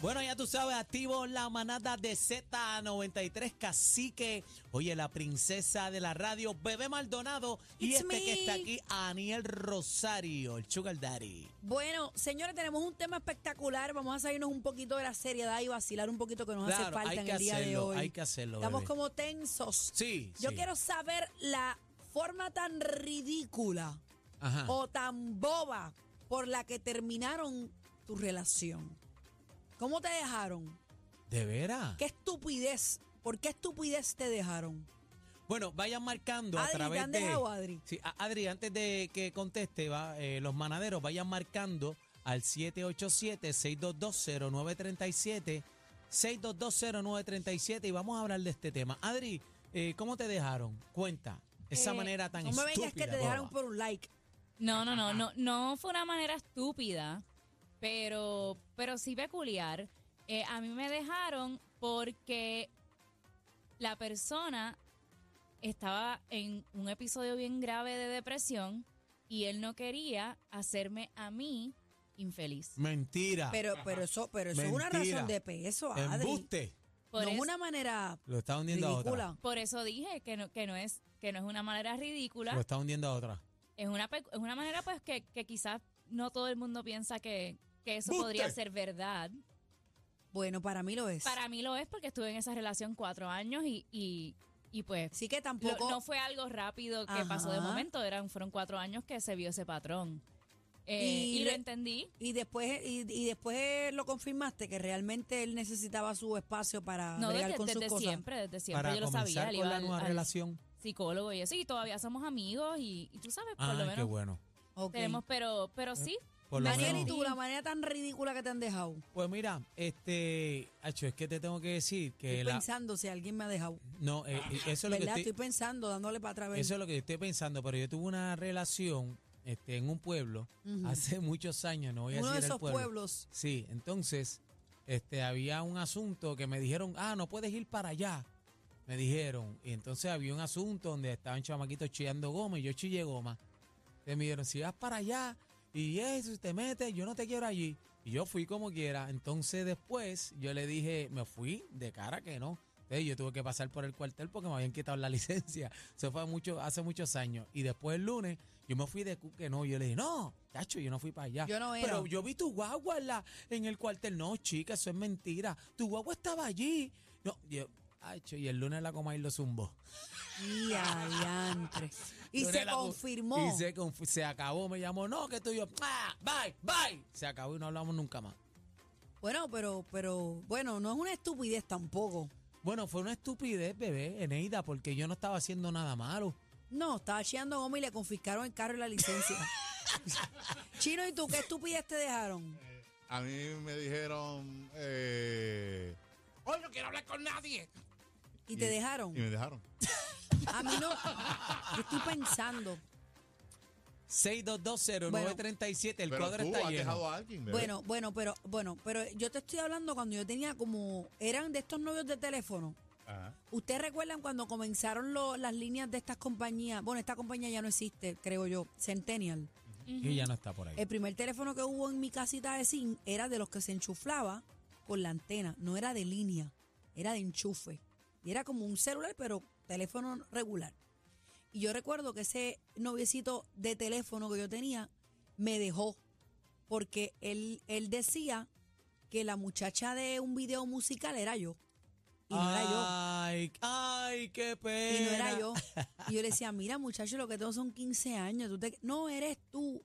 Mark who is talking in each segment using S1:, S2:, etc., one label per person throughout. S1: Bueno, ya tú sabes, activo la manada de Z93 Cacique. Oye, la princesa de la radio, Bebé Maldonado. y
S2: It's
S1: este
S2: me.
S1: que está aquí, Aniel Rosario, el Sugar Daddy.
S2: Bueno, señores, tenemos un tema espectacular. Vamos a salirnos un poquito de la seriedad y vacilar un poquito que nos hace
S1: Claro,
S2: falta
S1: hay
S2: en
S1: que
S2: el día de
S1: hacerlo,
S2: hoy.
S1: hay que hacerlo,
S2: Estamos
S1: bebé.
S2: como tensos.
S1: Sí.
S2: Yo
S1: sí.
S2: quiero saber la forma tan ridícula
S1: Ajá.
S2: o tan boba por la que terminaron tu relación. ¿Cómo te dejaron?
S1: ¿De veras?
S2: ¿Qué estupidez? ¿Por qué estupidez te dejaron?
S1: Bueno, vayan marcando a
S2: Adri, ¿te
S1: través
S2: han
S1: de.
S2: dejado, Adri?
S1: Sí, a- Adri, antes de que conteste, va, eh, los manaderos vayan marcando al 787-6220937, 6220937 y vamos a hablar de este tema. Adri, eh, ¿cómo te dejaron? Cuenta, esa
S3: Eh,
S1: manera tan
S2: no me
S1: estúpida.
S2: vengas que te dejaron
S1: boba.
S2: por un like.
S3: No, no, no, no, no fue una manera estúpida, pero, pero sí peculiar. Eh, a mí me dejaron porque la persona estaba en un episodio bien grave de depresión y él no quería hacerme a mí infeliz.
S1: Mentira.
S2: Pero, pero eso, pero eso es una
S1: Ah. Mentira.
S2: razón de peso, Adri.
S1: Embuste.
S2: No
S3: Por,
S2: es
S3: eso,
S2: una manera
S1: Lo está hundiendo a
S2: ridícula.
S3: por eso dije que no, que no es que no es una manera
S1: otra. Lo
S3: ridícula.
S1: está hundiendo a otra.
S3: Es una, pe- es una manera pues que, que quizás no todo el mundo piensa que, que eso
S1: Buste.
S3: podría ser verdad.
S2: Bueno, para mí lo es.
S3: Para mí lo es porque estuve en esa relación cuatro años y, y, y pues
S2: sí que
S3: lo-
S2: tampoco.
S3: no fue algo rápido que
S2: Ajá.
S3: pasó de momento, eran fueron cuatro años que se vio ese patrón. Eh,
S2: Y
S3: y, lo
S2: le-
S3: entendí.
S2: y después y, y después lo confirmaste que realmente él necesitaba su espacio para
S3: No,
S2: Ah, bregar
S3: desde,
S2: con
S3: desde
S2: sus cosas.
S3: siempre, desde siempre
S1: Para
S3: yo lo sabía.
S1: comenzar
S3: él
S1: con
S3: iba
S1: la
S3: al-
S1: nueva
S3: al
S1: relación.
S3: psicólogo y eso, y todavía somos amigos y, y tú sabes, por
S1: Ay,
S3: lo
S1: qué
S3: menos
S1: bueno.
S2: Ok.
S3: tenemos, pero, pero sí.
S1: Por lo
S2: Daniel,
S1: menos-
S2: y tú, la manera tan ridícula que te han dejado.
S1: Pues mira, este, Acho, es que te tengo que decir que
S2: Estoy
S1: la,
S2: pensando si alguien me ha dejado.
S1: no, eh, eh, eso es lo que
S2: ¿Verdad?
S1: estoy,
S2: Estoy... pensando, dándole para atrás. a ver.
S1: eso es lo que yo estoy pensando, pero yo tuve una relación este, en un pueblo
S2: Ujú.
S1: hace muchos años, no voy a
S2: Uno de
S1: decir el
S2: esos
S1: pueblo.
S2: pueblos.
S1: Sí, entonces este, había un asunto que me dijeron, ah, no puedes ir para allá. Me dijeron, y entonces había un asunto donde estaban chamaquitos chillando goma y yo chillé goma. Entonces me dijeron, si vas para allá y eso, y te metes, yo no te quiero allí. Y yo fui como quiera. Entonces después yo le dije, me fui de cara que no. Entonces yo tuve que pasar por el cuartel porque me habían quitado la licencia. Eso fue mucho, hace muchos años. Y después el lunes yo me fui de cu- que no. Yo le dije, no, tacho, yo no fui para allá.
S2: Yo no era.
S1: Pero yo vi tu guagua en, la- en el cuartel. No, chica, eso es mentira. Tu guagua estaba allí. No, yo, tacho, y el lunes la coma y lo zumbó.
S2: Y adiantre. Y
S1: Yo era
S2: se
S1: la-
S2: confirmó.
S1: Y se, confi- se acabó, me llamó, no, que tú y yo, "Ah, bye, bye. Se acabó y no hablamos nunca más.
S2: Bueno, pero, pero, bueno, no es una estupidez tampoco.
S1: Bueno, fue una estupidez, bebé, Eneida, porque yo no estaba haciendo nada malo.
S2: No, estaba chiando goma y le confiscaron el carro y la licencia. Chino, ¿y tú qué estupidez te dejaron?
S4: A mí me dijeron, eh, hoy no quiero hablar con nadie.
S2: ¿Y te dejaron?
S4: Y me dejaron.
S2: A mí no. Yo estoy pensando.
S1: 6220937, el
S4: Pero
S1: cuadro
S4: tú
S1: está
S4: has dejado
S1: lleno.
S4: a alguien. bebé.
S2: Bueno, bueno, pero, bueno, pero yo te estoy hablando cuando yo tenía como, eran de estos novios de teléfono.
S4: Ajá.
S2: ¿Ustedes recuerdan cuando comenzaron lo- las líneas de estas compañías? Bueno, esta compañía ya no existe, creo yo, Centennial.
S1: Y ya no está por ahí.
S2: El primer teléfono que hubo en mi casita de zinc era de los que se enchuflaba con la antena, no era de línea, era de enchufe. Y era como un celular, pero teléfono regular. Y yo recuerdo que ese noviecito de teléfono que yo tenía me dejó porque él, él decía que la muchacha de un video musical era yo. Y no era yo.
S1: Ay, ay, qué pena.
S2: Y no era yo. Y yo le decía, mira muchacho, lo que tengo son 15 años. Tú te... No, eres tú.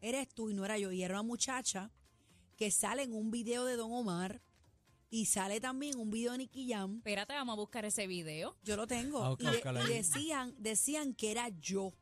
S2: Eres tú y no era yo. Y era una muchacha que sale en un video de Don Omar y sale también en un video de Nicky Jam.
S3: Espérate, vamos a buscar ese video.
S2: Yo lo
S1: Ah,
S2: tengo.
S1: ok,
S2: Y, de-
S1: búscalo ahí.
S2: y decían, decían que era yo.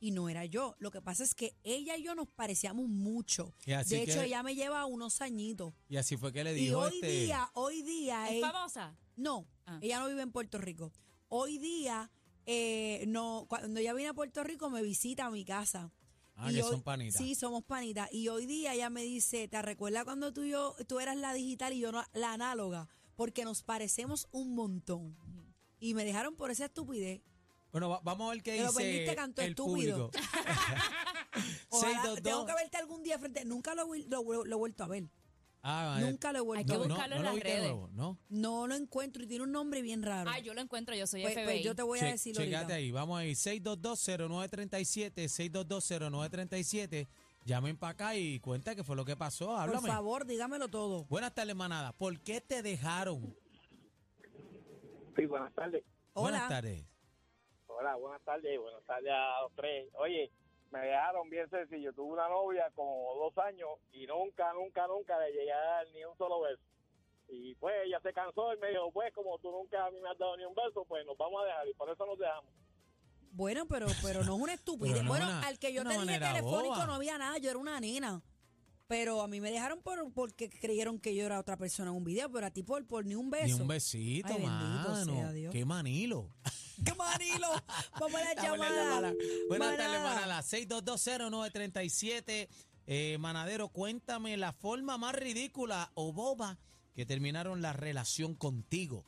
S2: Y no era yo. Lo que pasa es que ella y yo nos parecíamos mucho.
S1: Y así
S2: de hecho,
S1: que-
S2: ella me lleva unos añitos.
S1: Y así fue que le
S2: Y
S1: dijo
S2: hoy
S1: este.
S2: día, hoy día...
S3: ¿Es
S2: ella-
S3: famosa?
S2: no,
S3: Ah.
S2: ella no vive en Puerto Rico. Hoy día, eh, no, cuando ella viene a Puerto Rico me visita a mi casa.
S1: Ah,
S2: Y
S1: que
S2: hoy-
S1: son panitas.
S2: Sí, somos panitas. Y hoy día ella me dice, ¿te recuerdas cuando tú y yo, tú eras la digital y yo no- la análoga? Porque nos parecemos un montón. Y me dejaron por esa estupidez.
S1: Bueno, va- vamos a ver qué
S2: Te lo
S1: dice
S2: perdiste, canto
S1: el
S2: estúpido.
S1: público.
S2: Ojalá-
S1: 622.
S2: tengo que verte algún día frente. Nunca lo, he vuel- lo- lo- lo he vuelto a ver.
S1: Ah, eh,
S2: Nunca lo he
S3: Hay
S2: vuelto
S3: que
S2: a ver.
S1: no,
S3: buscarlo en
S1: no
S3: las
S1: lo vi de
S3: redes.
S1: nuevo, ¿no?
S2: No lo encuentro y tiene un nombre bien raro.
S3: Ah, yo lo encuentro, yo soy
S2: pues,
S3: FBI.
S2: pues yo te voy a
S1: Che-
S2: decir
S1: checate
S2: ahorita.
S1: ahí, vamos ahí. 6220937, 6220937. Llamen para acá y cuenta qué fue lo que pasó. Háblame.
S2: Por favor, dígamelo todo.
S1: Buenas tardes, manada. ¿Por qué te dejaron?
S5: Sí, buenas tardes.
S1: Buenas
S2: Hola.
S1: tardes.
S5: Hola, buenas tardes. Buenas tardes a los tres. Oye, me dejaron bien sencillo. Tuve una novia como dos años y nunca, nunca, nunca le llegué a dar ni un solo beso. Y pues ella se cansó y me dijo, pues como tú nunca a mí me has dado ni un beso, pues nos vamos a dejar y por eso nos dejamos.
S2: Bueno, pero, pero no es una estupidez.
S1: Pero no es
S2: bueno,
S1: una-
S2: al que yo
S1: una
S2: te dije
S1: manera
S2: telefónico
S1: boba.
S2: no había nada, yo era una nena. Pero a mí me dejaron por porque creyeron que yo era otra persona en un video, pero a ti por, por ni un beso.
S1: Ni un besito,
S2: Ay, bendito sea
S1: mano.
S2: Dios.
S1: Qué manilo.
S2: ¡Qué marilo! Vamos a la
S1: Buenas
S2: llamada. Manada.
S1: tardes, manada. 6220937. Eh, manadero, cuéntame la forma más ridícula o boba que terminaron la relación contigo.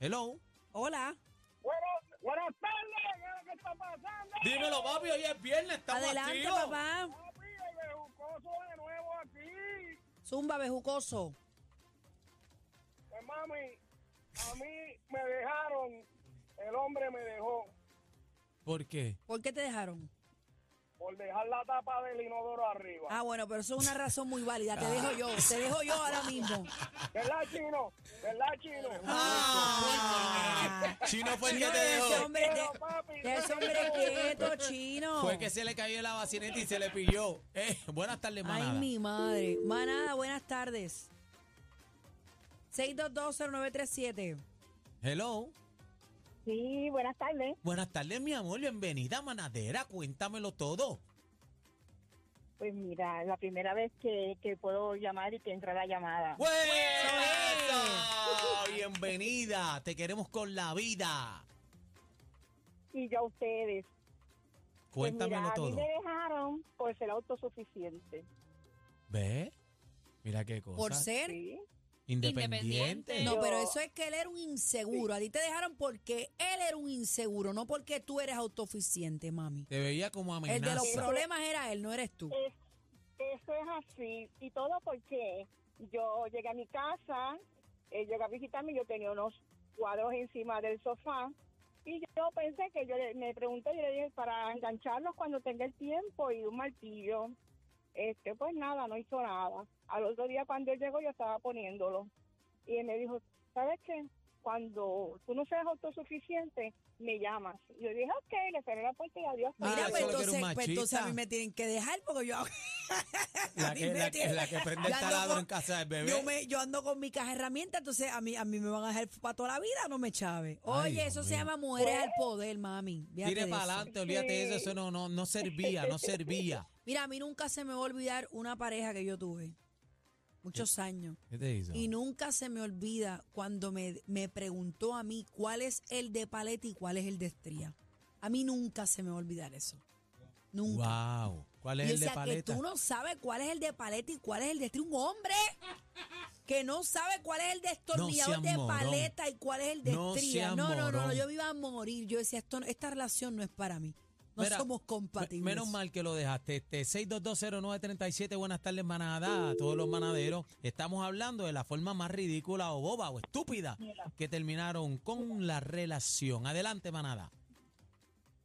S1: Hello.
S2: Hola.
S5: Buenas, buenas tardes. ¿Qué es lo que está pasando?
S1: Dímelo, papi, hoy es viernes, estamos
S2: Adelante,
S1: activos.
S2: papá.
S5: Papi, el bejucoso de nuevo aquí.
S2: Zumba bejucoso.
S5: Pues mami, a mí me dejaron, el hombre me dejó
S1: ¿Por qué?
S2: ¿Por qué te dejaron?
S5: por dejar la tapa del inodoro arriba.
S2: Ah, bueno, pero eso es una razón muy válida. Te dejo yo, te dejo yo ahora mismo.
S5: ¿Verdad, chino? ¿Verdad, chino?
S2: Ah.
S1: Chino fue el que
S2: Chino,
S1: te
S2: Ese
S1: dejó.
S2: hombre,
S5: Pero,
S2: de-
S5: papi,
S2: de ese hombre quieto, chino.
S1: Fue que se le cayó la vacineta y se le pilló. Eh, buenas tardes, manada.
S2: Ay, mi madre. Manada, buenas tardes. 6220937.
S1: Hello.
S6: Sí, buenas tardes.
S1: Buenas tardes, mi amor. Bienvenida, manadera. Cuéntamelo todo.
S6: Pues mira, la primera vez que, que puedo llamar y que entra la llamada.
S2: Pues,
S1: ¡Bueno! eso. Bienvenida. Te queremos con la vida.
S6: Y yo a ustedes. Pues
S1: Cuéntamelo
S6: mira, a mí
S1: todo.
S6: me dejaron por ser autosuficiente.
S1: ¿Ve? Mira qué cosa.
S2: ¿Por ser?
S6: Sí.
S1: Independiente.
S3: Independiente.
S2: No,
S6: Yo-
S2: pero eso es que él era un inseguro. A ti te dejaron porque él era un inseguro, no porque tú eres autosuficiente, mami.
S1: Te veía como
S2: El de los
S1: amenaza.
S2: problemas era él, no eres tú.
S1: Ah,
S6: Es- eso es así. Y todo porque yo llegué a mi casa, él llegó a visitarme y yo tenía unos cuadros encima del sofá. Y yo pensé que yo le- me pregunté y le dije para engancharlos cuando tenga el tiempo y un martillo. Este, pues nada, no hizo nada. Al otro día cuando él llegó yo estaba poniéndolo. Y él me dijo, ¿sabes qué? Cuando tú no seas autosuficiente, me llamas. Y yo dije, ok, le cerré la puerta y adiós.
S1: Ah,
S2: Mira,
S1: eso
S2: pues
S1: es lo que era un
S2: entonces, pues entonces a
S1: machista.
S2: mí me tienen que dejar porque yo,
S1: La
S2: A mí
S1: que,
S2: me
S1: la, que-
S2: tiene-
S1: la que prende el
S2: Ya ando
S1: taladro
S2: con-
S1: en casa del bebé.
S2: yo, me, yo ando con mi caja de herramientas, entonces a mí, a mí me van a dejar para toda la vida, no me chave.
S1: Ay,
S2: Oye,
S1: Dios
S2: eso se
S1: mío.
S2: llama mujeres al poder, mami. Fíjate
S1: Tire
S2: de
S1: para
S2: eso.
S1: adelante, olvídate de eso, eso no, no, no servía, no servía.
S2: Mira, a mí nunca se me va a olvidar una pareja que yo tuve, muchos años.
S1: ¿Qué te hizo?
S2: Y nunca se me olvida cuando me, me preguntó a mí cuál es el de paleta y cuál es el de estría. A mí nunca se me va a olvidar eso. Nunca.
S1: Wow. ¿Cuál es
S2: Y
S1: el
S2: o
S1: de
S2: sea, que
S1: paleta?
S2: tú no sabes cuál es el de paleta y cuál es el de estría. Un hombre que no sabe cuál es el destornillador
S1: No seas
S2: de
S1: morón.
S2: paleta y cuál es el de
S1: No
S2: estría.
S1: seas
S2: No, no, no, no,
S1: morón.
S2: yo me iba a morir. Yo decía, esto, no- esta relación no es para mí. No
S1: Mira,
S2: somos
S1: Me-
S2: compatibles.
S1: Menos mal que lo dejaste. Este, 6220937, buenas tardes, manada, a todos los manaderos. Estamos hablando de la forma más ridícula o boba o estúpida que terminaron con la relación. Adelante, manada.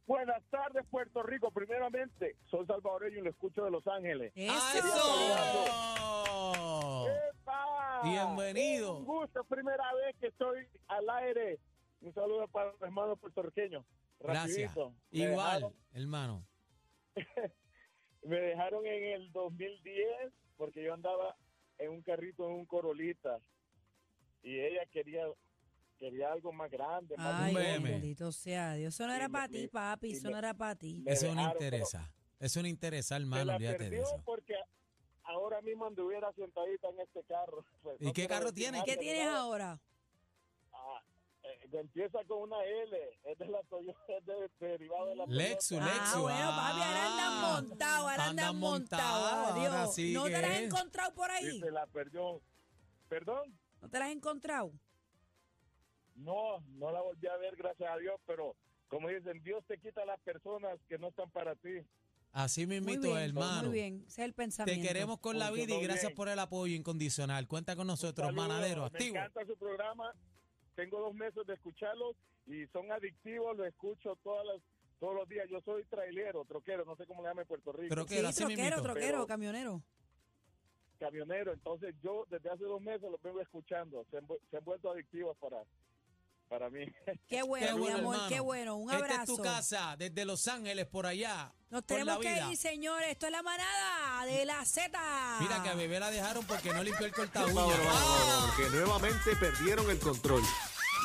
S5: Buenas tardes, Puerto Rico. Primeramente, soy salvadoreño y lo escucho de Los Ángeles.
S1: Ah,
S2: ¡Eso!
S5: ¡Epa!
S1: Bienvenido.
S5: Un gusto, es primera vez que estoy al aire. Un saludo para los hermanos puertorriqueños.
S1: Gracias.
S5: Rapidito. Me
S1: Igual,
S5: dejaron-
S1: hermano.
S5: me dejaron en el 2010 porque yo andaba en un carrito, en un corolita. Y ella quería quería algo más grande. Más
S2: Ay,
S1: meme.
S2: bendito sea Dios. Eso no
S5: Y
S2: era
S5: me-
S2: para ti,
S5: me-
S2: papi.
S5: y
S2: Eso
S5: me-
S2: no era para ti.
S5: me
S1: Eso no
S5: dejaron,
S1: interesa. Eso no interesa,
S5: pero
S1: hermano,
S5: se la
S1: olvídate de
S5: perdió
S1: eso.
S5: porque ahora mismo anduviera sentadita en este carro. Pues,
S1: ¿Y
S5: no
S1: qué
S5: quiero
S1: carro
S5: decir
S1: tiene?
S5: nada,
S2: ¿Qué
S5: pero
S2: tienes
S5: nada.
S2: ahora?
S5: Ah, eh, empieza con una L. Es de la Toyota, es de- derivado de la
S1: Lexus,
S5: Toyota.
S1: Lexus.
S2: Ah, bueno, papi, ahora andan
S1: ah.
S2: montados, ahora andan,
S1: Andan
S2: montados.
S1: montados,
S2: adiós.
S1: ahora sí
S2: ¿No te
S1: que
S2: las has
S1: es.
S2: encontrado por
S5: Y
S2: ahí?
S5: se la perdió. ¿Perdón?
S2: ¿No te las has encontrado?
S5: No, no la volví a ver, gracias a Dios, pero como dicen, Dios te quita las personas que no están para ti.
S1: Así
S2: Muy
S1: mismito,
S2: bien, pues,
S1: hermano.
S2: muy bien. Ese es el pensamiento.
S1: Te queremos con la vida y
S5: Funcionó
S1: gracias
S5: bien.
S1: por el apoyo incondicional. Cuenta con nosotros,
S5: Saludos,
S1: manadero,
S5: me
S1: activo.
S5: encanta su programa. Tengo dos meses de escucharlos y son adictivos. Lo escucho todas las, todos los días. Yo soy trailero, troquero, no sé cómo le llaman en Puerto Rico.
S2: Sí,
S1: Troquero, así
S2: troquero,
S1: mismito.
S2: troquero,
S5: Pero-
S2: camionero.
S5: Camionero. Entonces yo desde hace dos meses los vengo escuchando. Se han, vu- se han vuelto adictivos para, para mí.
S2: Qué bueno, mi
S1: bueno,
S2: amor,
S1: hermano.
S2: qué bueno. Un
S1: Esta
S2: abrazo.
S1: es tu casa, desde Los Ángeles, por allá.
S2: Nos
S1: por la
S2: tenemos que
S1: vida.
S2: ir, señores. Esto es la manada de la Z.
S1: Mira que a bebé la dejaron porque no limpió el cortaúña.
S7: Vamos, vamos, vamos,
S1: ¡Ah!
S7: vamos, porque nuevamente perdieron el control.